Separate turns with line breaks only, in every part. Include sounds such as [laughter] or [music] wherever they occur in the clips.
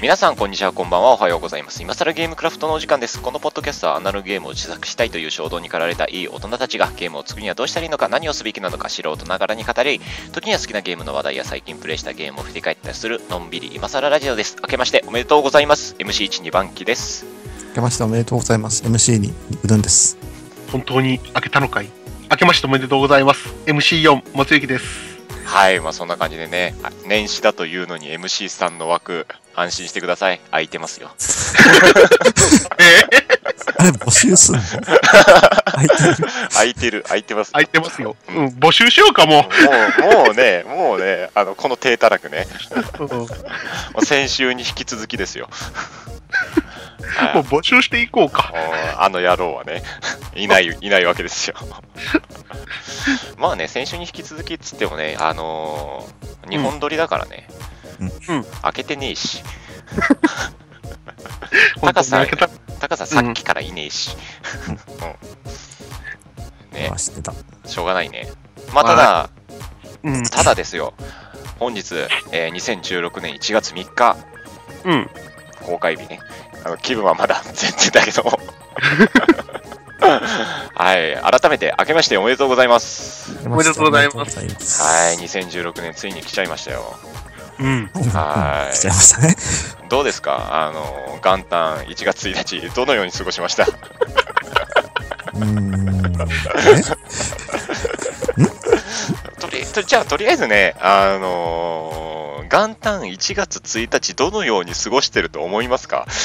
皆さんこんにちはこんばんはおはようございます今更ゲームクラフトのお時間ですこのポッドキャストはアナログゲームを自作したいという衝動に駆られたいい大人たちがゲームを作るにはどうしたらいいのか何をすべきなのか素人ながらに語り時には好きなゲームの話題や最近プレイしたゲームを振り返ったりするのんびり今更ラジオです明けましておめでとうございます MC12 番機です
明けましておめでとうございます。MC にうどんです。
本当に開けたのかい開けましておめでとうございます MC4 松幸です
はいまあそんな感じでねあ年始だというのに MC さんの枠安心してください空いて
[laughs]
ますよ
あれ、募集
[laughs]
すんの相手
空いてる空いてます
開いてますよ、うん、募集しようかも
もうもうねもうねあのこの低たらくね
う、うんもう
もう先週に引き続きですよ。はい
募集していこうか
もうあの野郎は
[laughs]
ね、いない、いないわけですよ。まあね、先週に引き続きっつってもね、あのー日本撮りだからね、
うんうん
開けてねえし、
本当に開けた
高ささっきからいねえし、うんね
は、知ってた。
しょうがないね。まあ、ただ、
うん
ただですよ、本日、えー2016年1月3日、
うん
公開日ね。あの気分はまだ全然だけども。はい、改めて明けましておめでとうございます。
お
めでとうございます
す
はい、。2016年ついに来ちゃいましたよ。
うん
は
来ちゃいましたね。
い。どうですかあの、元旦1月1日、どのように過ごしました
うーん。
とりとじゃあ、とりあえずね、あのー元旦1月1日、どのように過ごしてると思いますか [laughs]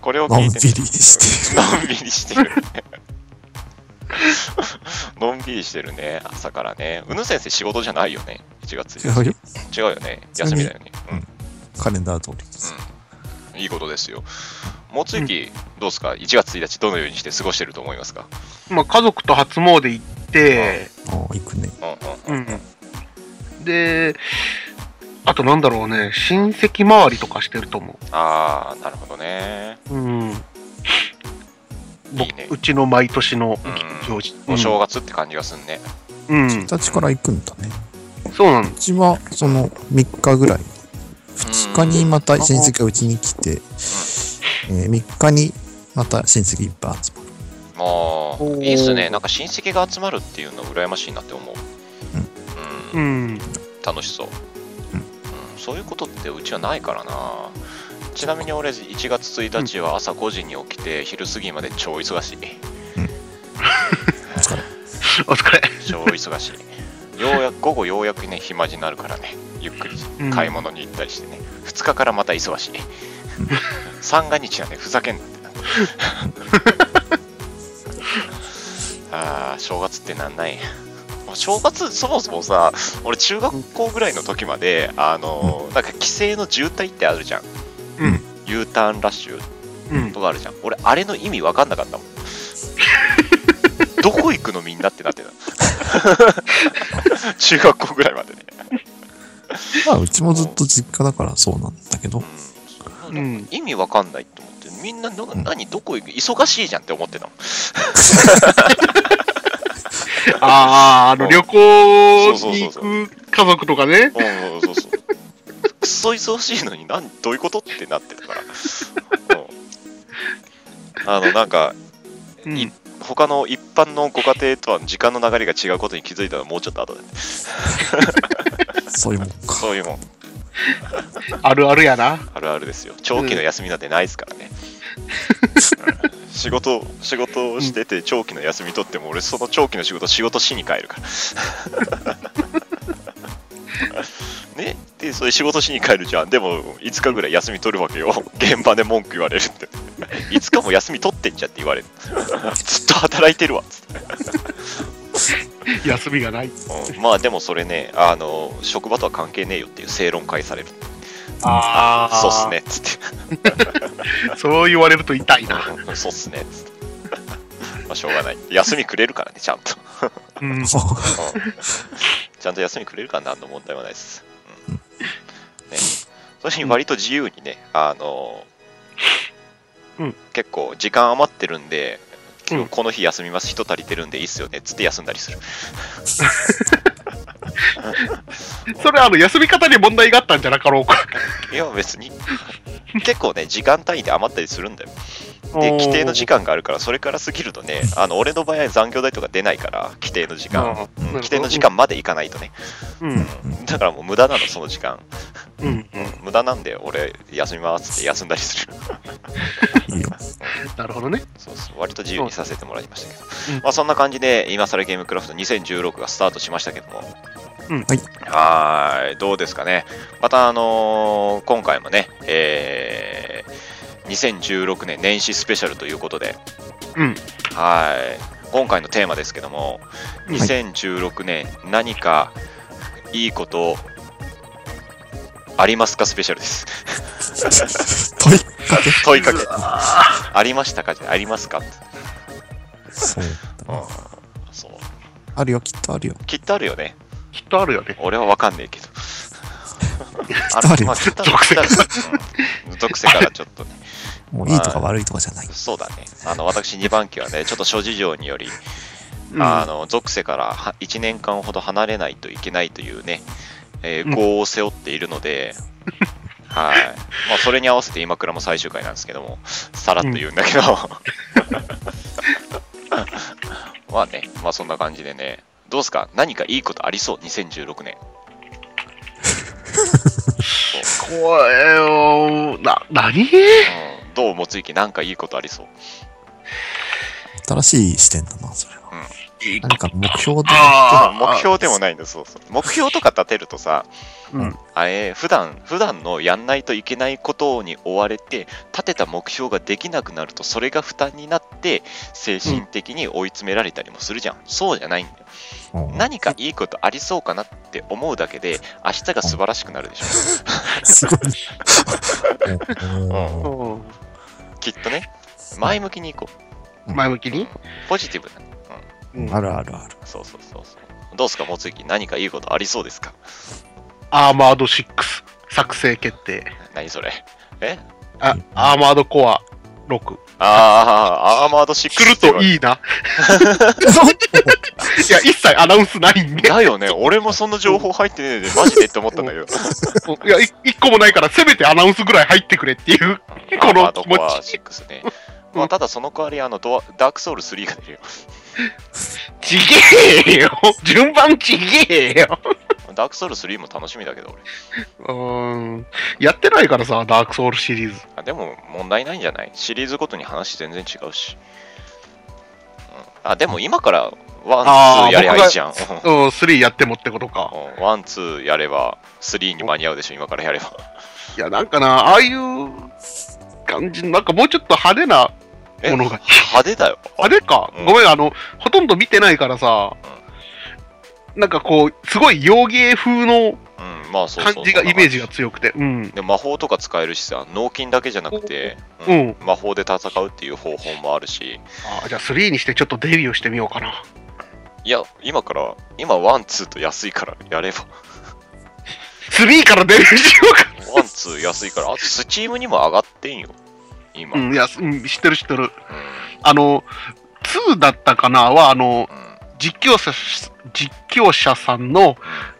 これを
えの
聞
ん
い
び
て
り
ね、
して
のんびりしてるね。 [laughs] のんびりしてるね、朝からね。うぬ先生仕事じゃないよね、1月
る。違うよ。
違うよね、休みだよね。
カレンダー通りです。
うん、いいことですよ。もつゆき、どうですか ?1 月1日、どのようにして過ごしてると思いますか
まあ家族と初詣行って
おー、行くね。
うんうん
う
うん
んであとなんだろうね親戚回りとかしてると思
あー、なるほどね。
ううん僕
いいね
うちの毎年の行事、
お正月って感じがすんね。
うん、うん
1日から行くんだね。
そうなん
うちは、その、3日ぐらい。2日にまた親戚がうちに来て、え3日にまた親戚いっぱい集まる。
もう
お、ー
いいっすね。なんか親戚が集まるっていうの羨ましいなって思う。うん
うん
楽しそう、
うん
うんそういうことってうちはないからなちなみに俺1月1日は朝5時に起きて昼過ぎまで超忙しい
お疲れ。
お疲れ
超忙しいようやく午後ようやくね暇になるからねゆっくり
うん
買い物に行ったりしてね、2日からまた忙しい三が日はねふざけんなってなあー正月ってなんない正月そもそもさ俺中学校ぐらいの時まであのーなんか帰省の渋滞ってあるじゃん
うん
U ターンラッシュ
うん
とかあるじゃん俺あれの意味分かんなかったもんどこ行くのみんなってなってた [laughs] 中学校ぐらいまでね
まあ、うちもずっと実家だからそうなんだ
[laughs]
けど。
うん
うん
意味わかんないと思ってみんなど
ん
何どこ行く忙しいじゃんって思ってたの
ああ、あの
うん
旅行に行く家族とかね。
うんそうそうくそ忙しいのになんどういうことってなってたから、うんあのなんか
うん
い他の一般のご家庭とは時間の流れが違うことに気づいたのはもうちょっと後だね
そういうもんか。
そういうもん
あるあるやな。
あるあるですよ長期の休みなんてないですからね、うん仕事仕事をしてて長期の休み取っても俺その長期の仕事仕事しに帰るからねでそれ仕事しに帰るじゃんでも5日ぐらい休み取るわけよ現場で文句言われるって5日も休み取ってんじゃんって言われるずっと働いてるわっつって
休みがない。
うんまあでもそれねあの職場とは関係ねえよっていう正論返される
あ
そうっす。ねっつって
そう言われると痛いな。
うんそうっすね。つってまあ、しょうがない。休みくれるからね、ちゃんと。
うん。
うんちゃんと休みくれるから何の問題はないです。うんね、それに割と自由にね、あのー
うん
結構時間余ってるんで、
うん
今日この日休みます、人足りてるんでいいっすよねっつって休んだりする。
それ、あの、休み方に問題があったんじゃなかろうか。
いや、別に。結構ね、時間単位で余ったりするんだよ。で、規定の時間があるから、それから過ぎるとね、あの俺の場合は残業代とか出ないから、規定の時間。
あー
うん規定の時。間まで行かないとね。
う
うん
ん。
うんだからもう無駄なの、その時間。
うん。
無駄なんで、俺、休みますって休んだりする。 [laughs]
いいよ。
なるほどね。
そうそう割と自由にさせてもらいましたけど、
うん
まあ、そんな感じで今更ゲームクラフト2016がスタートしましたけども、
うん
はい
はーいどうですかねまたあのー今回もねえー2016年年始スペシャルということで、
うん
はい今回のテーマですけども
うん
2016年何かいいことありますかスペシャルです
問いかけ。
問いかけありましたかじゃありますかって
そうだな。
そう
あるよ、きっとあるよ。
きっとあるよね
きっとあるよね。
俺は分かんねえけど。あ
とあるよ
まきっとある
属性から
うん属性からちょっとね、
もういいとか悪いとかじゃない。
そうだね、あの私、2番機はね、ちょっと諸事情により、
うん
あの属性から1年間ほど離れないといけないというね、え
うん
ー、業を背負っているの
[laughs]
で、はいまあ、それに合わせて今倉も最終回なんですけども、さらっと言うんだけど、 [laughs] まあね、まあそんな感じでね、どうですか、何かいいことありそう、2016年。
怖えよー。な、何
うんどうもついきなんかいいことありそう。
新しい視点だな、それは。何か目標で。
あー
目標でもないんだ、そうそう。目標とか立てるとさ、
うん
あれ、普段普段のやんないといけないことに追われて、立てた目標ができなくなると、それが負担になって、精神的に追い詰められたりもするじゃん。そうじゃないんだよ。
うん
何かいいことありそうかなって思うだけで、明日が素晴らしくなるでしょ。
すごい。うん
う
きっとね、前向きにいこう。
ん前向きに
ポジティブな。
うん
あるあるある。
そうそうそうそう。どうすか、もついき、何かいいことありそうですか
アーマード6作成決定。
何それえ
あ、アーマードコア6。
ああ、アーマード6
来るといいな。いや、一切アナウンスないんで。
だよね、俺もそんな情報入ってねえで、マジでって思ったんだけど。
いや、い一個もないから、せめてアナウンスぐらい入ってくれっていう。 [laughs]
ア
この気持ち
ーマードコア6ね。まあ、ただその代わり、あのドア、ダークソウル3が出るよ。 [laughs]
ちげえよ順番ちげえよ
ダークソウル3も楽しみだけど、俺。
うーん。やってないからさ、ダークソウルシリーズ。
あでも、問題ないんじゃないシリーズごとに話全然違うし。うん、あ、でも今から、ワン、ツ
あー
ーやればいいじゃん。うん
うん、3やってもってことか。
うんワン、ツーやれば、3に間に合うでしょ、今からやれば。
いや、なんかな、ああいう感じ、なんかもうちょっと派手な
え
ものが。
派手だよ。
あれか、
うん
ごめん、あの、ほとんど見てないからさ、なんかこう、すごい洋芸風の
うん、まあそうそう
感じが、イメージが強くて、うん。
で魔法とか使えるしさ、脳筋だけじゃなくて、
うん
うん魔法で戦うっていう方法もあるし、
あーじゃあ3にしてちょっとデビューしてみようかな。
いや、今から、今、ワン、ツーと安いからやれば、
3からデビューしようか。
ワン、ツー安いから、あと、スチームにも上がってんよ、今。
う
うん
ん、いや、うん、知ってる知ってる。
う
あの、2だったかなは、あの、
んうん
実況者、実況者さんの、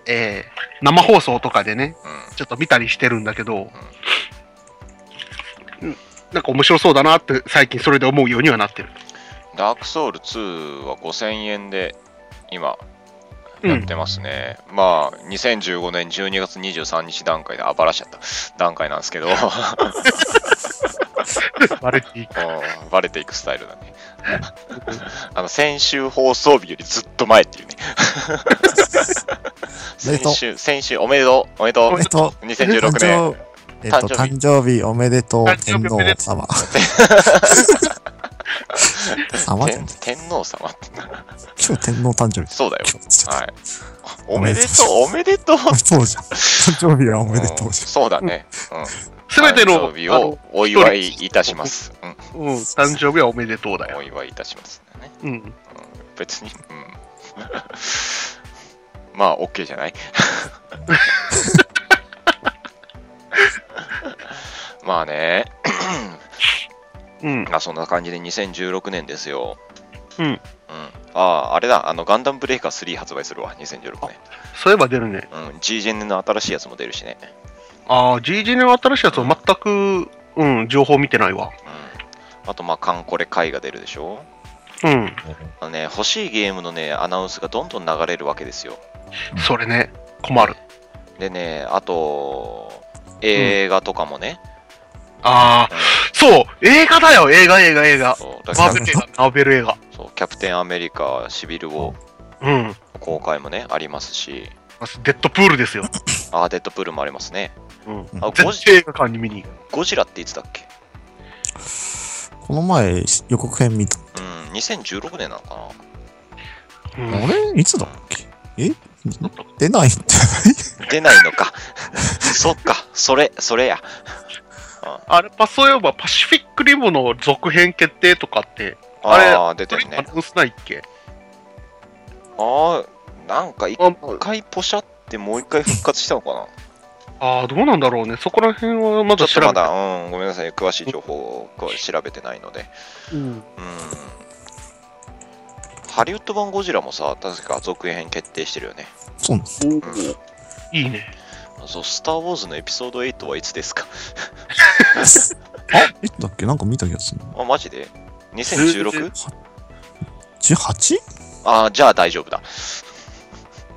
えー生放送とかでね、ちょっと見たりしてるんだけど、うんなんか面白そうだなって最近それで思うようにはなってる。
ダークソウル2は5000円で今
うん
やってますね、まあ2015年12月23日段階であばらしちゃった段階なんですけどうん
バレ [laughs] ていい
[laughs] バレていくスタイルだね [laughs] あの先週放送日よりずっと前っていうね
おめでと
先
う
週先週おめでとうおめでと
えっと、
う2016年
誕生えっと、誕生日おめでとう
誕、生
天
日お
皇
めでと
様。様
天天皇様って
今日天皇誕生日。
そうだよ
今日ちょっ
は
と
いおめでとうおめでとう
あそうじゃん。誕生日はおめで
う
と
ん
うじ
そうだね、うん
すべての
誕生日をお祝いいたします。うん
あのうん、誕生日はおめでとうだよ
お。祝いいたします、ね。
うん。
別に、うん。まあ、OK じ [laughs] ゃないまあね、
うん。
まあそんな感じで2016年ですよ。
うん
うんああ、あれだ、あの、ガンダムブレイカー3発売するわ、2016年。
そういえば出るね。
うん、g ジェネの新しいやつも出るしね。
ああ、GG の新しいやつは全く、うん、情報見てないわ。
うん。あと、まあ、カンコレ回が出るでしょ
うん、
あのね、欲しいゲームのね、アナウンスがどんどん流れるわけですよ。
それね、困る。
でね、あと、映画とかもね。
ああ、そう映画だよ映画映画映画。
そうだか
マ
ら
ーベル映画、マーベル映画。
そうキャプテンアメリカ、シビルウォー
うん。
公開もね、ありますし、
デッドプールですよ。
あーデッドプールもありますね。
うん。
あゴ
絶
ジ
対映画館に見に行く。
ゴジラっていつだっけ
この前予告編見た。
うん、2016年なのかな
うん
あれいつだっけえ出ないって。 [laughs]
出ないのか。 [laughs] そっか、それ、それや。
あれ、パそういえば、パシフィックリムの続編決定とかって、あれ
ああ、出て
それ
る
ア
ね
ナ。ウンスないっけ
ああ、なんか一
あ
回ポシャってもう一回復活したのかな。
あー、どうなんだろうね。そこら辺はま
ちょ
だ
っと
調
ま
べて
だ、うん、ごめんなさい、詳しい情報をこう調べてないので。
うん
うん。ハリウッド版ゴジラもさ、確か続編決定してるよね。
そうなん
うん、
いいね。
そう、スター・ウォーズのエピソード8はいつですか [laughs]
です。あいつだっけなんか見た気がする。
あ、マジで ?2016?
18? っ
ああ、じゃあ大丈夫だ。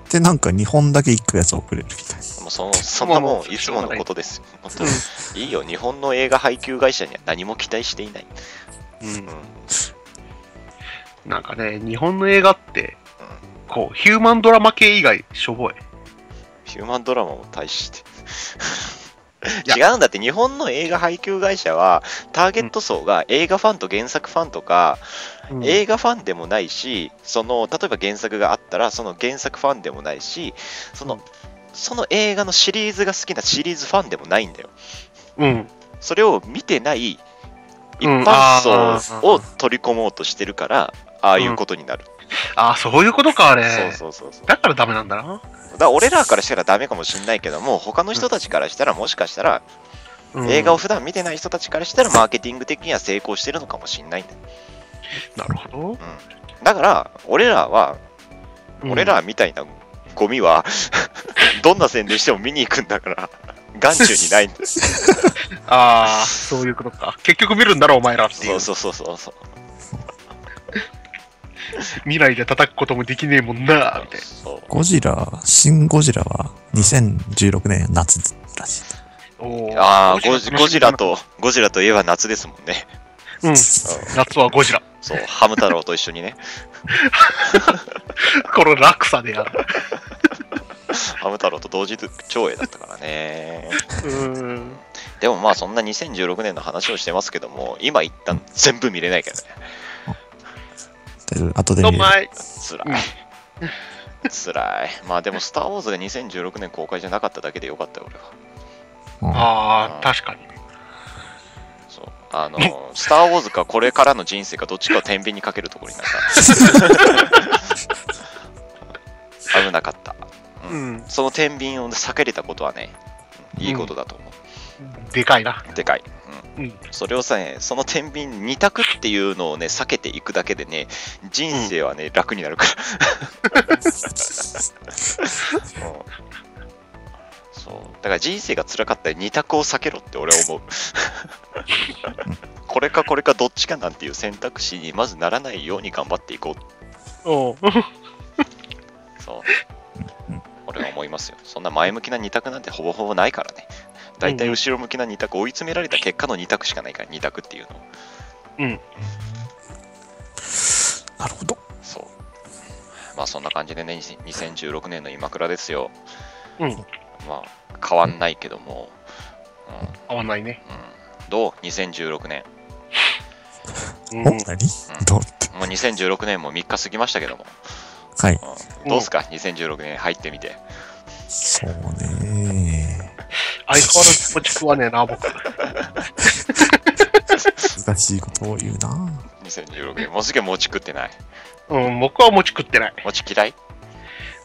てなんか日本だけ行くやつ遅れるみたいな。
もう [laughs] そのそんなも
もうん
いつものことですよ。 [laughs] 本当にいいよ、日本の映画配給会社には何も期待していない。うん、
なんかね、日本の映画って、こう、ヒューマンドラマ系以外、しょぼい。
ヒューマンドラマも大して。
いや
違うんだって、日本の映画配給会社は、ターゲット層が映画ファンと原作ファンとか、映画ファンでもないし、その、例えば原作があったら、その原作ファンでもないし、その、その映画のシリーズが好きなシリーズファンでもないんだよ。
うん。
それを見てない一
うん
般
あ
層
ー
を取り込もうとしてるから、ああいうことになる。
ああ、そういうことか、あれ。
そうそうそうそう。だ
だからダメなんだな。
から俺らからしたらダメかもしれないけども、他の人たちからしたらもしかしたら、
うん
映画を普段見てない人たちからしたらマーケティング的には成功してるのかもしれないんだよ。
なるほど。
だから、俺らは、
うん
俺らみたいなゴミは、 [laughs] どんな宣伝しても見に行くんだから、眼中にないんだよ。
ああ、そういうことか。結局見るんだろ、お前らってい
[laughs] そうう。そうそうそうそう。
未来で叩くこともできねえもんな、みたいな。
そう
ゴジラ、シンゴジラは2016年夏らしい。
おー
ああ、ゴジゴジラ。と、ゴジラといえば夏ですもんね。
うん。夏はゴジラ。
そう、ハム太郎と一緒にね。 [laughs]
この落差でやる。
ハム太郎と同時上映だったからね。
うん。
でもまあそんな2016年の話をしてますけども、今一旦全部見れないけどね。
大丈夫後で
の
見る。
前、
辛い。 [laughs] 辛い。まあでも、スター・ウォーズで2016年公開じゃなかっただけでよかったよ、俺は。
うん
ああ、確かに。
そう。あの、スター・ウォーズかこれからの人生かどっちかを天秤にかけるところにな [laughs] った。危なかった。
うん。
その天秤を避けれたことはね、いいことだと思う。
でかいな。
でかい。う
うん
ん。それをさ、ね、その天秤2択っていうのをね、避けていくだけでね、人生はね、楽になるから。うんそう。だから人生が辛かったら2択を避けろって俺は思う。これかこれかどっちかなんていう選択肢にまずならないように頑張っていこう。
おう
そう
うん。
俺は思いますよ。そんな前向きな2択なんてほぼほぼないからね。だいたい後ろ向きな2択、追い詰められた結果の2択しかないから、2択っていうのは
うん。
なるほど。
そう。まあそんな感じでね、2000 2016年の今倉ですよ。
うん。
まあ変わんないけども、うん
合わないね。
うん、どう ?2016 年。
う
お
ん。
何どうって。
もう2016年も3日過ぎましたけども、
はい。
うん、どうっすか ?2016 年入ってみて。 [laughs]
そうね
相変わらず、こっち食わねえな、僕。
難しいことを言うな
2016年、もうすげえ餅食ってない。
うん、僕は餅食ってない。
餅嫌い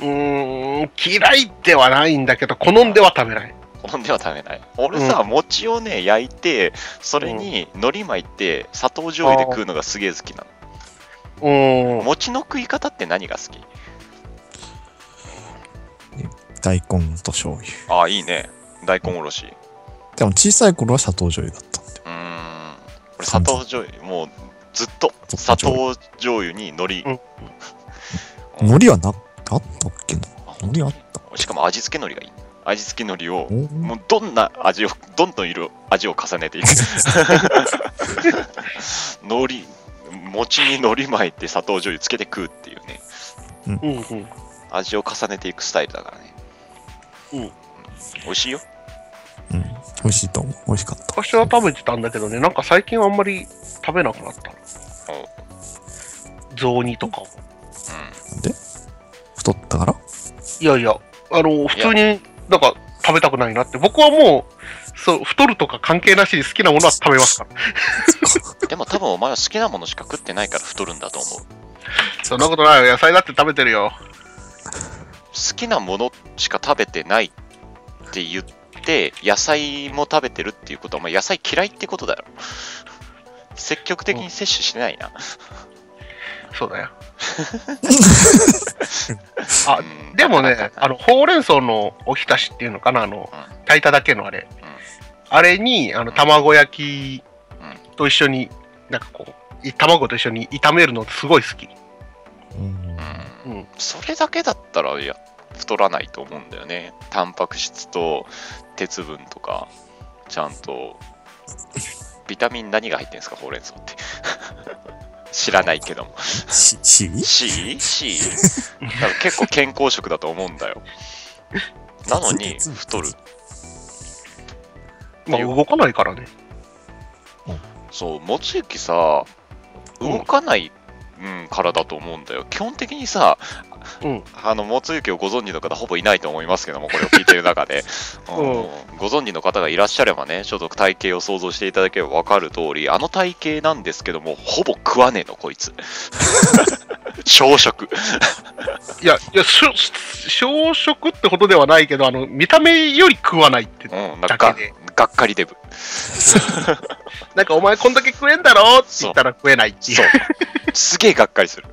う
ーん、嫌いではないんだけど、好んでは食べない。
好んでは食べない。俺さ、餅をね、焼いて、それに海苔巻いて、砂糖醤油で食うのがすげえ好きなの。
おー
餅の食い方って何が好き
大根と醤油。
ああ、いいね。大根おろし。
でも小さい頃は砂糖醤油だったんで。
うーん。俺、砂糖醤油、もうずっと砂糖醤油に海苔。
うん
海苔はな、あったっけな
あ
海苔あった。
しかも味付け海苔がいい。味付け海苔を、
お
もうどんな味を、どんどん色、味を重ね
[laughs]
ていく。海苔、餅に海苔巻いて砂糖醤油つけて食うっていうね。
うんうん。
味を重ねていくスタイルだからね。
うん
美味しいよ。
うん。美味しいと思う。美味しかった。
昔は食べてたんだけどね、なんか最近はあんまり食べなくなった。雑煮とかを。
太ったから
いやいや、あの、普通になんか食べたくないなって。僕はもう、そう、太るとか関係なしに好きなものは食べますから。
うん。でも多分お前は好きなものしか食ってないから太るんだと思う。
そんなことないよ。野菜だって食べてるよ。
好きなものしか食べてないって言って、野菜も食べてるっていうことは、まあ、野菜嫌いってことだろ。積極的に摂取してないな。
そうだよ。あ
うん
でも
なかな
ね、
か
あの、ほうれん草のおひたしっていうのかな、あの、炊いただけのあれ。あれに、あの、卵焼きと一緒に、なんかこう、い卵と一緒に炒めるのすごい好き。
うん。
うん
うん
それだけだったらいや太らないと思うんだよね。タンパク質と鉄分とか、ちゃんと。ビタミン何が入ってるんですか、ほうれん草って。 [laughs] 知らないけども。
し、し
C? C? 多分結構健康食だと思うんだよ。なのに
鉄鉄
太る。
まあ、動かないからね。
そう、望月さ、
うん
動かない、うんからだと思うんだよ。基本的にさ、
うん。
あの、もつゆきをご存知の方、ほぼいないと思いますけども、これを聞いてる中 [laughs] で。あのご存知の方がいらっしゃればね、ちょっと体型を想像していただければ分かる通り、あの体型なんですけども、ほぼ食わねえの、こい [laughs] つ。小食。
いや、いや、しょ小食ってほどではないけど、あの、見た目より食わないって
う。ん、なんか
だ
が
けで、
がっかりデブ。
なんか、お前こんだけ食えんだろって言ったら食えないっていう。
そう。すげえがっかりす [laughs] る。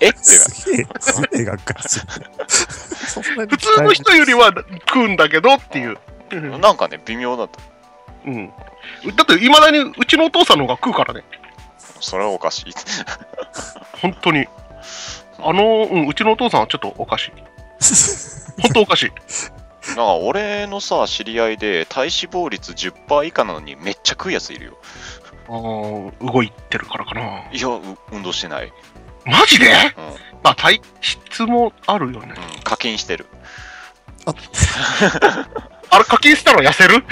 えってなる。
すげえ、すげえがっかりする。そんなに
普通の人よりは食うんだけどっていう。うん
なんかね、微妙なんだ
うん。だって、いまだにうちのお父さんの方が食うからね。
それはおかしい。
本当に。あの、うん、うちのお父さんはちょっとおかしい。本当おかしい。
なんか俺のさ、知り合いで体脂肪率10%以下なのにめっちゃ食うやついるよ。
あー動いてるからかな。
いや、う運動してない。
マジで
うん。う
まあ、体質もあるよね。
ん、課金してる。
あれ、課金したら痩せる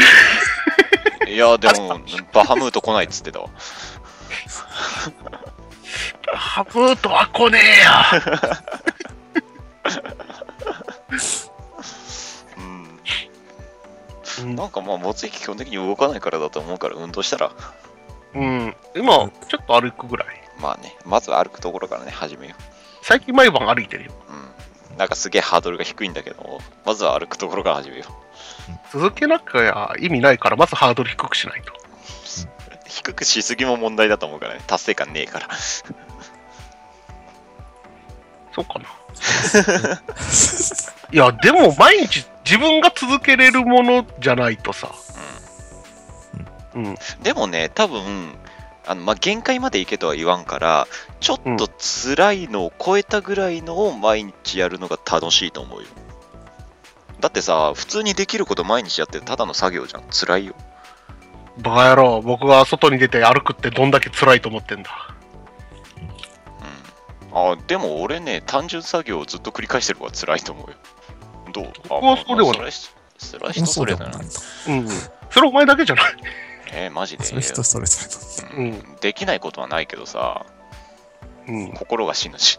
いや、でも、バハムート来ないっつってたわ。
ハブートは来ねえや。
うん。
うん
なんかまあ、もつい基本的に動かないからだと思うから、運動したら、
[laughs] うん、今、ちょっと歩くぐらい。
まあね、まずは歩くところからね、始めよ
最近毎晩歩いてるよ。
う。うん。なんかすげえハードルが低いんだけど、まずは歩くところから始めよう。
続けなきゃ意味ないから、まずハードル低くしないと。
低くしすぎも問題だと思うからね、達成感ねえから。
そうかな。いや、でも毎日自分が続けれるものじゃないとさ。うん。
でもね、多分あのまあ、限界までいけとは言わんから、ちょっと辛いのを超えたぐらいのを毎日やるのが楽しいと思うよ。だってさ、普通にできること毎日やってるただの作業じゃん。辛いよ。
バカ野郎、僕が外に出て歩くってどんだけ辛いと思ってんだ。
うん、あでも俺ね、単純作業をずっと繰り返してる方が辛いと思うよ。どう
僕はそうではない
い。それは
も
人
うそ
そう
で
れ
も
ぞれ
な
だ
い
な。
と。
うん。それお前だけじゃない。
えーマジで。
それ人それぞれだ。
う、
うん
できないことはないけどさ、
うん。
心が死ぬし。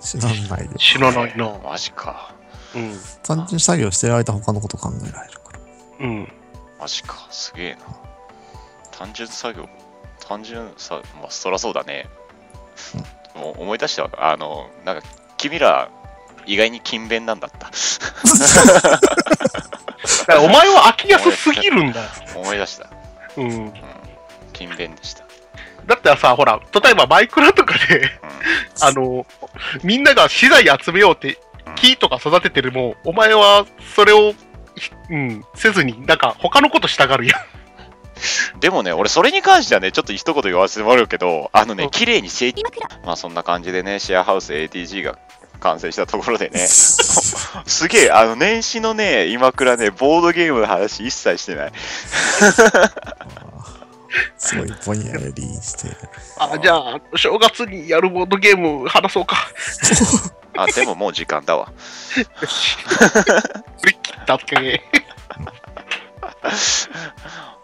知らないで。
死なないな。
マジか。
うん。
単純作業してる間他のこと考えられるから。
うん。
マジか、すげえな。単純作業、単純さ、まあ、そらそうだね。もう思い出したわ、あの、なんか、君ら、意外に勤勉なんだ
[laughs]
った。
だからお前は飽きやすすぎるんだよ。
思い出した。
うん。
勤勉でした。
だったらさ、ほら、例えばマイクラとかで、あの、みんなが資材集めようって、木とか育ててるも、お前はそれを、ひうん、せずに、なんか他のことしたがるやん。
でもね、俺それに関してはね、ちょっと一言言わせてもらうけど、あのね
う、ん
綺麗に成まあそんな感じでね、シェアハウス ATG が完成したところでね、すげえ、あの、年始のね、今倉ね、ボードゲームの話一切してない。
すごいぼんやりして。
あ、じゃあ、正月にやるボードゲーム話そう [laughs] か。
あ、でももう時間だわ。
よし。振り切ったけ。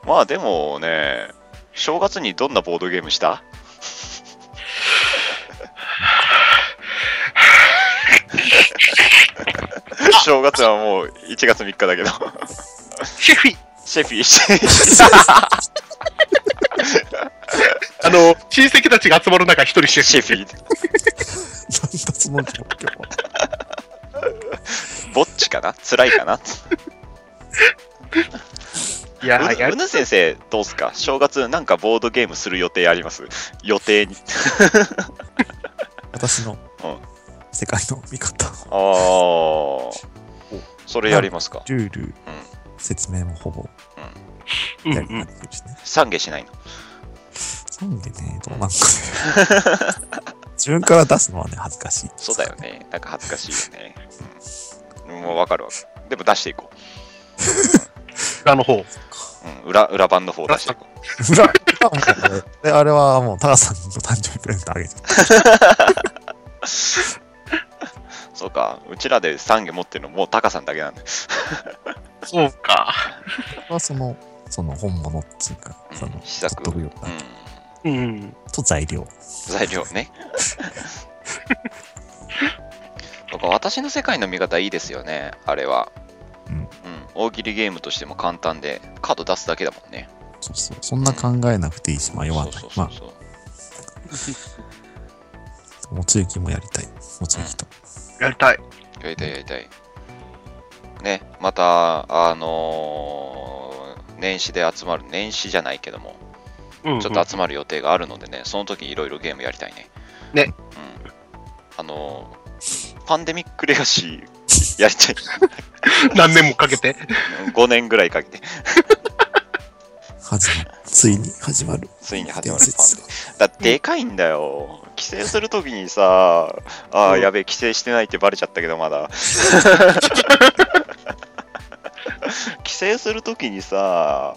まあでもね、正月にどんなボードゲーム [laughs] した正月はもう1月3日だけど。
シェフィ、
シェフィー、シェフィ
あの、親戚たちが集まる中、一人シ
ー、
ェフ
シ
ィ。
ェフィー、
なんだその状況。
ぼっちかな辛いかな
いやー、や
う
る
ぬ先生、どうっすか正月なんかボードゲームする予定あります予定に。
私の
うん
世界の見方を
ああ。それやりますか
ルール、説明もほぼ
うんう
やりま
ん。
くりですね。
懺悔しないの
そういう意味でね、どうなんかね。自分から出すのはね、恥ずかしい。
そう
[laughs]
だよね。なんか恥ずかしいよね。うん、もうわかるわ。でも出していこ
裏の方。
う。うん、裏裏版の方を出していこう。
裏裏であれはもう、タカさんの誕生日プレゼントあげてる。
そうか。うちらで懺悔持ってるのもうタカさんだけなんで。
そうか。
はその、その本物っていうか、その、
試作
取っとくよう
う。
なん
うん。
と材料。
材料ね。 [laughs] そうか私の世界の見方いいですよね。あれは。
うん
うん、大喜利ゲームとしても簡単で、カード出すだけだもんね。
そうそう。そんな考えなくていいし、迷わない
そう。そ
ま
う
あ
そう、そう。
もつゆきもやりたい。もつゆきと。
やりたい。
やりたいやりたい。ね、また、あのー年始で集まる、年始じゃないけども、
うん、うん。
ちょっと集まる予定があるのでね、その時いろいろゲームやりたいね。
ね。
うん。あのーパンデミックレガシー
[laughs]
やりたい。
何年もかけて。
5年ぐらいかけて、
始まる。ついに始まる。
ついに始まる
伝説が
だってでかいんだよ。帰省するときにさ、ああ、
うん
やべえ、帰省してないってバレちゃったけど、ま
[laughs]
だ。帰省するときにさ、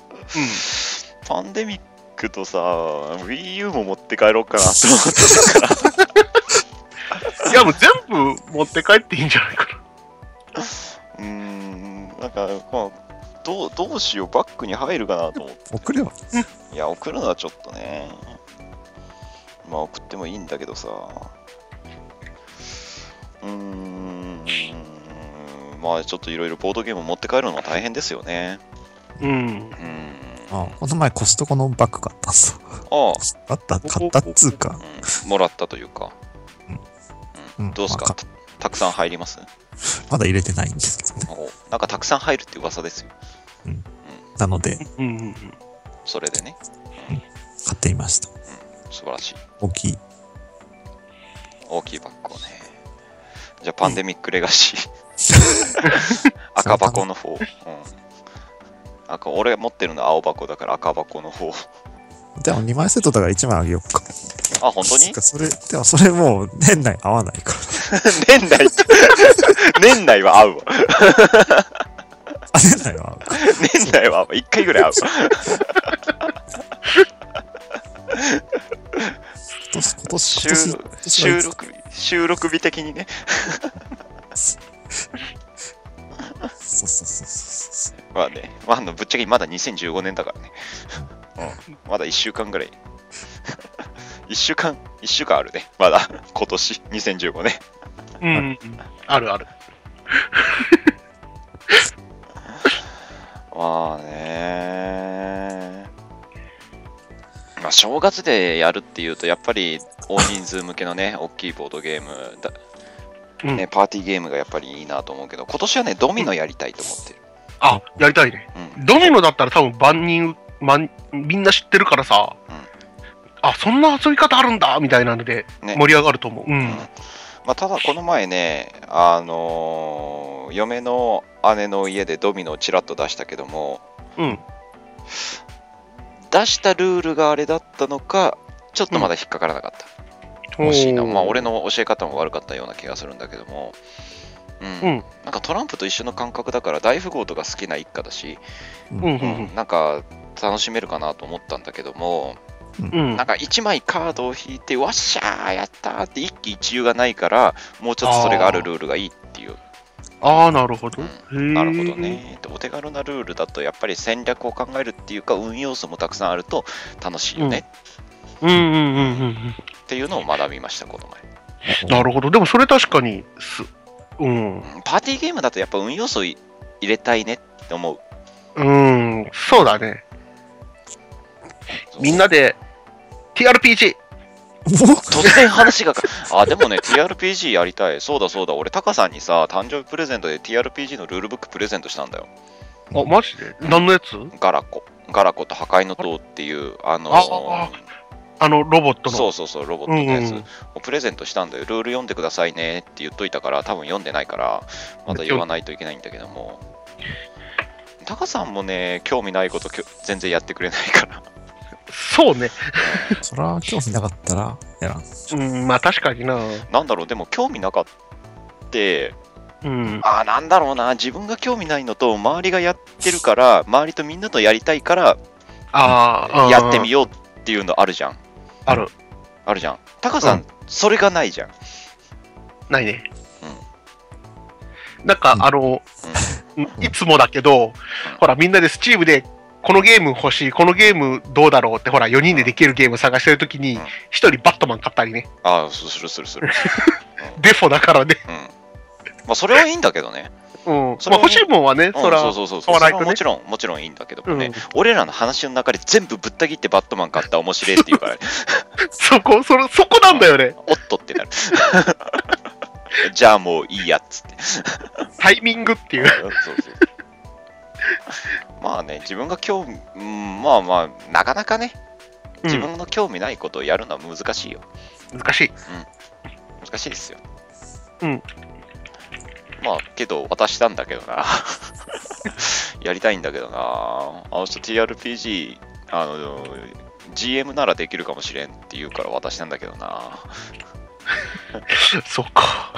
パンデミックとさ、WiiU も持って帰ろうかなと思ってたから。
いや、もう全部持って帰っていいんじゃないか
うーん、なんか、まあ、どうどうしよう、バックに入るかなと思って。
送れば。
いや、送るのはちょっとね。まあ、送ってもいいんだけどさ。うーん。まあ、ちょっといろいろボードゲーム持って帰るのも大変ですよね。
な。うん
う。ん。
あこの前コストコのバッグ買ったんすよ。
あ
あった、買ったっつうか。
うん、もらったというか。
うん
どうです
ま
か
あ
たたくさん入ります
まだ入れてないんですけどね。
おなんかたくさん入るって噂ですよ。
なので、
うんうん。
それでね。
買ってみました。
素晴らしい。
大きい。
大きいバッグをね。じゃあ、パンデミックレガシー。赤箱の方。うん。赤俺持ってるのは青箱だから赤箱の方。
でも2枚セットだから1枚あげようか。
あ、本当
つ
に
うかそれ、でもそれもう年内合わないから。
[laughs] 年内って。年内は合うわ。
あ、年内は合うか。
年内は合うわ。1回ぐらい合うわ。
今年、今年、
収
今年、
収録日、収録日的にね。
そうそうそうそう
まあね、まあ、あのぶっちゃけまだ2015年だからね。うん、まだ1週間ぐらい。1週間、1週間あるね。まだ、今年、2015年。
うんうん。あるある。
まあねまあ正月でやるっていうとやっぱり大人数向けのね [laughs] 大きいボードゲームだ、
うん
ね、パーティーゲームがやっぱりいいなと思うけど今年はねドミノやりたいと思ってる、
あ、やりたいね。
うん
ドミノだったら多分万人、万みんな知ってるからさ、あ、そんな遊び方あるんだみたいなので、
ね
盛り上がると思う。うん。
まあ、ただこの前ね、あのー嫁の姉の家でドミノをちらっと出したけども、
うん。
出したルールがあれだったのか、ちょっとまだ引っかからなかった。惜しいな。まあ、俺
の。
の教え方も悪かったような気がするんだけども、うん。
うん。
なんかトランプと一緒の感覚だから、大富豪とか好きな一家だし、
うん。う
うんん、なんか楽しめるかなと思ったんだけども、
うん。うん
なんか1枚カードを引いて、わっしゃー、やったーって一喜一憂がないから、もうちょっとそれがあるルールがいいっていう。
ああ、なるほど。
うん
へー
なるほど。ね。お手軽なルールだと、やっぱり戦略を考えるっていうか、運用素もたくさんあると楽しいよね
うんうんうんうん
っていうのを学びました、この前。
うん。なるほど。でもそれ確かに、す、うん。
うんパーティーゲームだと、やっぱ運要素い入れたいねって思う。
うん。そうだね。みんなで、TRPG!
突然話がかあでもね TRPG やりたいそうだそうだ俺タカさんにさ誕生日プレゼントで TRPG のルールブックプレゼントしたんだよ
あ、マジで何のやつ
ガラコガラコと破壊の塔っていうあの
ああの、ロボットの。
そうそうそうロボットのやつ
うんうん
をプレゼントしたんだよルール読んでくださいねって言っといたから多分読んでないからまた言わないといけないんだけどもタカさんもね興味ないこときょ全然やってくれないから
そうね。
[laughs] そら、興味なかったら、やらん。
うん、まあ確かにな。
なんだろうでも興味なかった
うん。
あーなんだろうな自分が興味ないのと周りがやってるから周りとみんなとやりたいから
ああ、
やってみ
よ
ようっていうのあるじゃん
うん。ある。
あるじゃんタカさん、
う
それがないじゃん、うん、
ないね。なんか、
うん
あの、いつもだけど、ほら、みんなでスチームで、このゲーム欲しい、このゲームどうだろうって、ほら、4人でできるゲーム探してるときに
うん、
一人バットマン買ったりね、
ああするするする、
[laughs] デフォだからね、
うんまあ、それはいいんだけどね
うん。
それ
ま
は
あ、欲しいもんはね、
うん
そら、
そう
う
そうそうそ
買
う
わ
それ
ないと
は
ね
もちろんもちろんいいんだけどもね、
うん
俺らの話の中で全部ぶった切ってバットマン買った面白いって言うから、 [laughs] ね、
そこ、それ、そこなんだよね。
おっとってなる [laughs] じゃあもういいやっつって
タイミングっていう。
そうそうまあね自分が興味、うん、まあまあなかなかね自分の興味ないことをやるのは難しいよ
うん難しい。
難しいですよ
うん
まあけど渡したんだけど
[laughs]
なやりたいんだけどなあの人 TRPG あの GM ならできるかもしれんって言うから渡したんだけどな
そうか。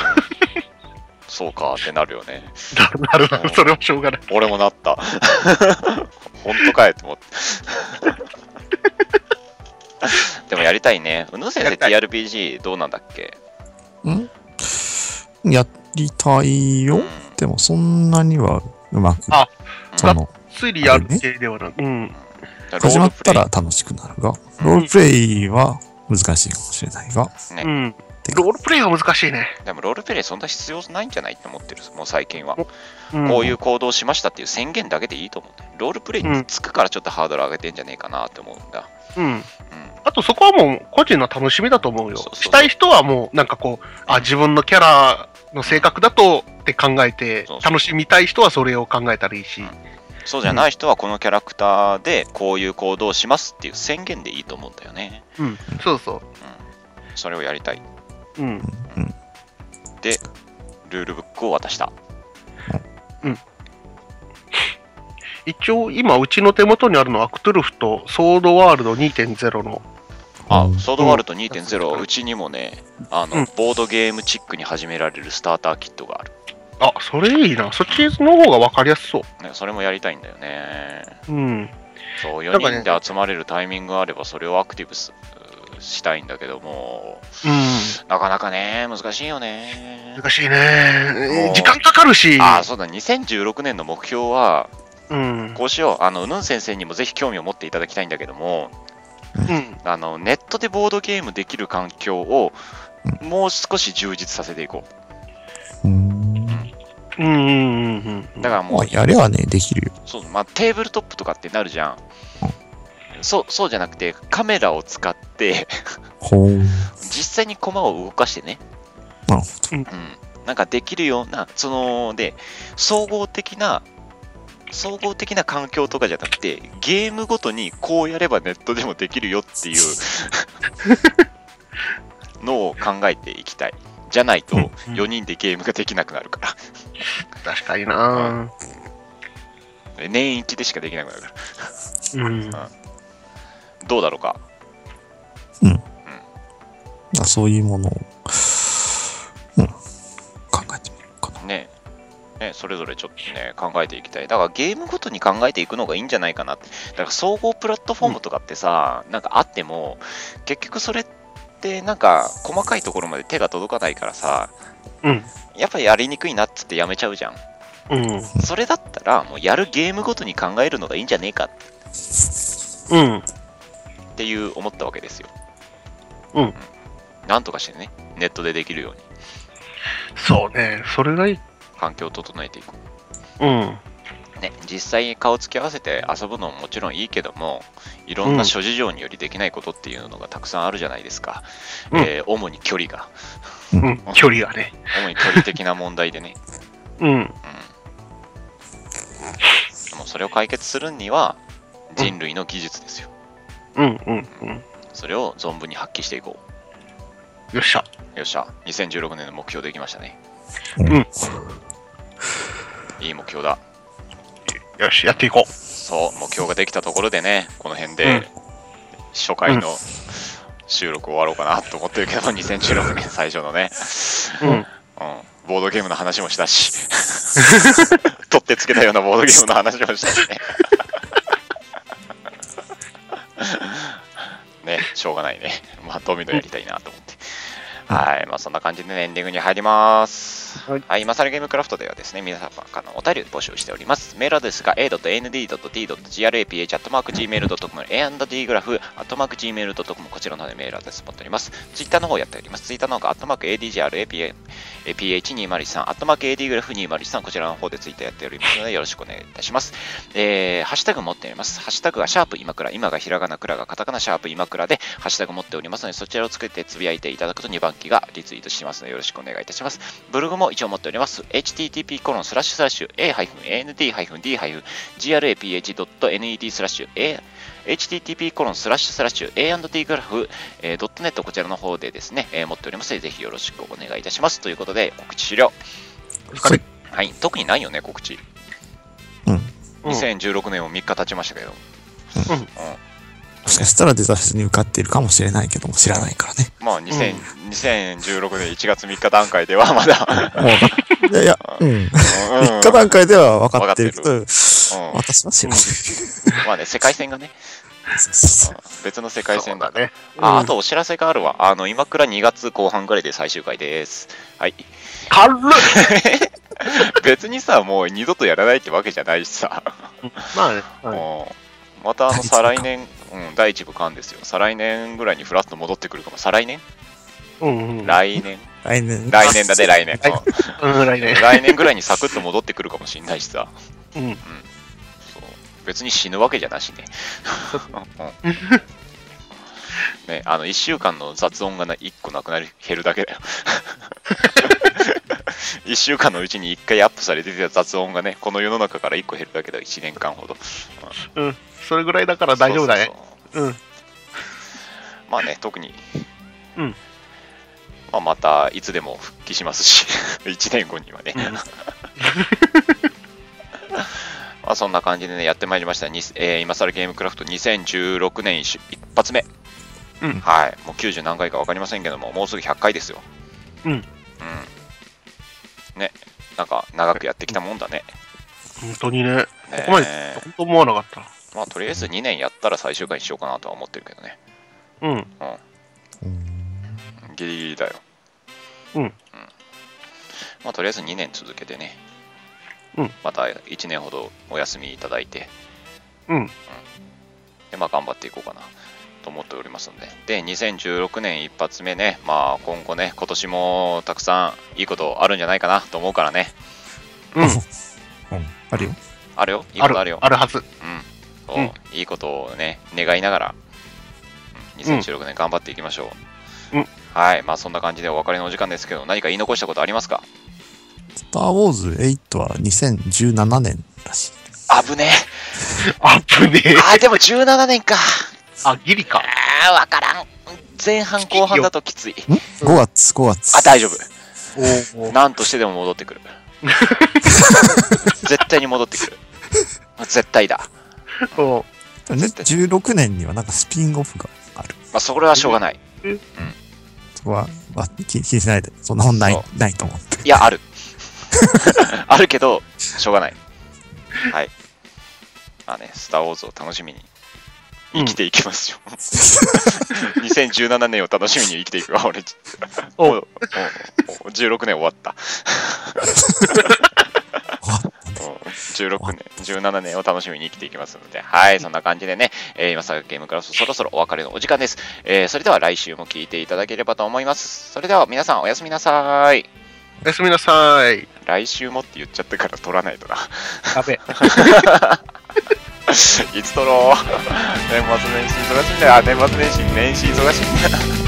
そうかってなるよね
なるなるなる、それはしょうがない。
俺もなった [laughs] 本当かいと思って [laughs] でもやりたいね宇野先生
やりたい
TRPG どうなんだっけ
んやりたいよ。でも、そんなにはうまく、
あ
その、
推理やる系ではなく。うん。
始まったら楽しくなるが、ロールプレイは難しいかもしれないが、
うん。ロールプレイが難しいね。
でもロールプレイそんな必要ないんじゃないって思ってるもう最近は、
うん
こういう行動しましたっていう宣言だけでいいと思うねロールプレイにつくからちょっとハードル上げてんじゃねえかなって思うんだ、
うん。
うん
あとそこはもう個人の楽しみだと思うよ。
そうそうそう
したい人はもうなんかこう、あ、自分のキャラの性格だとって考えて
そう、そう
楽しみたい人はそれを考えたらいいし。
そうじゃない人はこのキャラクターでこういう行動をしますっていう宣言でいいと思うんだよね
うん、そうそ。
それをやりたいう
うん。
うん、
ルールブックを渡した
一応今うちの手元にあるのはアクトゥルフとソードワールド2.0の。
あ
う、ん
ソードワールド2.0、
うん
うちにもね、あの、
うん
ボードゲームチックに始められるスターターキットがある。
あ、それいいな。そっちの方が分かりやすそう。
ね、それもやりたいんだよね。
うん。
そう、
なんかね
4人で集まれるタイミングがあれば、それをアクティブすしたいんだけども、
う
なかなかね、難しいよね
ん。。難しいね
お。ー
時間かかるし。
あ、そうだ、2016年の目標は、
うん。
こうしよう、あの、うぬん先生にもぜひ興味を持っていただきたいんだけども、
うん。
あの、ネットでボードゲームできる環境を、もう少し充実させていこ
うん。
うんうんうんうん。
う。だからも
ま
う
あ、、やれはね、できるよ。
そう、まあ、テーブルトップとかってなるじゃん。そうそうじゃなくて、カメラを使って、 [laughs]
ほう。
実際に駒を動かしてね、
なるほ
うん、なんかできるような、その、で、総合的な総合的な環境とかじゃなくて、ゲームごとにこうやればネットでもできるよっていう
[laughs]
のを考えていきたい。じゃないと
うん
4人でゲームができなくなるから。
確かにな
年一でしかできなくなるから。
うん。
どうだろうか。
あそういうものを、うん、考えてみようかな。
ねね、それぞれちょっとね、考えていきたい。だからゲームごとに考えていくのがいいんじゃないかなって。だから総合プラットフォームとかってさ、なんかあっても、結局それってなんか細かいところまで手が届かないからさ、
うん。
やっぱりやりにくいなっつってやめちゃうじゃん。
うん。
それだったら、もうやるゲームごとに考えるのがいいんじゃねえか
うん。
っていう思ったわけですよ。
うん
なんとかしてね、ネットでできるように
そうね。それがいい。
環境を整えていこう。
うん。
ね、実際に顔つき合わせて遊ぶのももちろんいいけどもいろんな諸事情によりできないことっていうのがたくさんあるじゃないですか、
うん
えー主に距離が
うん。距離がね。
主に距離的な問題でね、
うん。
うん、でもそれを解決するには人類の技術ですよ
うん。うん。うん。
それを存分に発揮していこ
よっしゃ。
うよっしゃ2016年の目標できましたね
うん。
いい目標だ
よし、やっていこ
そう目標ができたところでねこの辺
う
で
ん
初回の収録終わろうかなと思ってるけど2016年 [laughs] 最初のね
う。うん。
うん、ボードゲームの話もした
[laughs]
し、取ってつけたようなボードゲームの話もしたしね。ね、しょうがないね。まあ、ドミノやりたいなと思って。はい、まあ、そんな感じでねエンディングに入ります。
はい
はい、今更ゲームクラフトではですね、皆様からのお便りを募集しております。メールアドレスが a.nd.t.graph.gmail.com、a&dgraph.gmail.com、こちらの方でメールアドレス持っております。ツイッターの方やっております。ツイッターの方が @adgraph、ph203、@adgraph203、こちらの方でツイッターやっておりますので、よろしくお願いいたします。えーハッシュタグ持っております。ハッシュタグがシャープ今倉、今がひらがな、くらがカタカナ、シャープ今倉で、ハッシュタグ持っておりますので、そちらをつけてつぶやいていただくと2番機がリツイートしますので、よろしくお願いいたします。ブログも一応持っております。http コロンスラッシュスラッシュ a-and-d-graph.net スラッシュ a http コロンスラッシュスラッシュ a&d グラフえー .net こちらの方でですね、えー持っておりますので、ぜひよろしくお願いいたします。ということで、告知終了。
はい
はい、特にないよね、告知。
うん。
うん
2016年も3日経ちましたけど。
うん
もしかしたらデザスに受かっているかもしれないけども、知らないからね。
まあ、2000 2016年1月3日段階ではま
[laughs]
だ、
もう分かっいやいや、うん。
うん
3日段階では分かってるけど、
分
私は知らない。
まあね、世界線がね、うん別の世界線
だ
だ。
ね。
あ
う
あ
ん
とお知らせがあるわ。あの、今から2月後半ぐらいで最終回です。
[laughs]
はい。
軽っ
別にさ、もう二度とやらないってわけじゃないしさ。
まあね。はい
うんま
[laughs]
たあの、
第一部
再来年、うん、第一部間ですよ。再来年ぐらいにフラッと戻ってくるかも。再来年
うん。うん。来
来年
来年。
来年だね、来年。
はい
うん
年。
来年ぐらいにサクッと戻ってくるかもしんないしさ。
うん。
そう別に死ぬわけじゃなしね。うんね、あの1週間の雑音がな1個なくなる減るだけ
[laughs]
だよ。1週間のうちに1回アップされてた雑音がね、この世の中から1個減るだけだよ、1年間ほど。
うん。それぐらいだから大丈夫だ
そ
ね
う。そうそう
うん。
まあね、特に、
うん
まあ、またいつでも復帰しますし、1年 [laughs] 後にはね。まあそんな感じでね、やってまいりました、にえー今更ゲームクラフト2016年一一発目、
うん
はい、もう90何回か分かりませんけども、もうすぐ100回ですよ。
うん
うんね、なんか長くやってきたもんだね。
本当にね。
ね
ここまで、本当思わなかっ
まあ、とりあえず2年やったら最終回にしようかなとは思ってるけどね。
た。うん。
うん
ギリギリだよ。
うん
まあ、とりあえず2年続けてね、
うん
また1年ほどお休みいただいて、
うん。
でまあ、頑張っていこうかなと思っておりますので、で、2016年一発目ね、まあ、今後ね、今年もたくさんいいことあるんじゃないかなと思うからね、
う
う
ん。
ん。あるよ。
あるよ、いい
あ
ことある
る
よ、。
あるはず。
うんそううんいいことをね、願いながら、うん2016年頑張っていきましょう。
うん
はい、まあそんな感じでお別れのお時間ですけど、何か言い残したことありますか
スター・ウォーズ8は2017年らしいです。
危ね
あぶねえ
え。。あー、でも17年か。
あ、ギリか。
あー、わからん。前半後半だときつい。
ん ?5 月、5月。
あ、大丈夫。
おお。
なんとしてでも戻ってくる。絶対に戻ってくる。絶対だ。
そう
ね、16年にはなんかスピンオフがある
まあ、それはしょうがない。
とは、まあ、気気にしないで、そんなもんない
そ、
ないと思って。
いや、ある。あるけど、しょうがない。はい。まあね、スター・ウォーズを楽しみに生きていきますよ。2017年を楽しみに生きていくわ、俺。
お
もうもう16年終わった。うん16年、17年を楽しみに生きていきますので、はい、そんな感じでね、えー今さゲームクラフトそろそろお別れのお時間です。えーそれでは来週も聞いていただければと思います。それでは皆さんおやすみなさい。
おやすみなさい。
来週もって言っちゃってから撮らないと [laughs] な。
やべ。
い [laughs] つ撮ろう年末年始忙しいんだよ。あ年末年始、年始忙しいんだよ。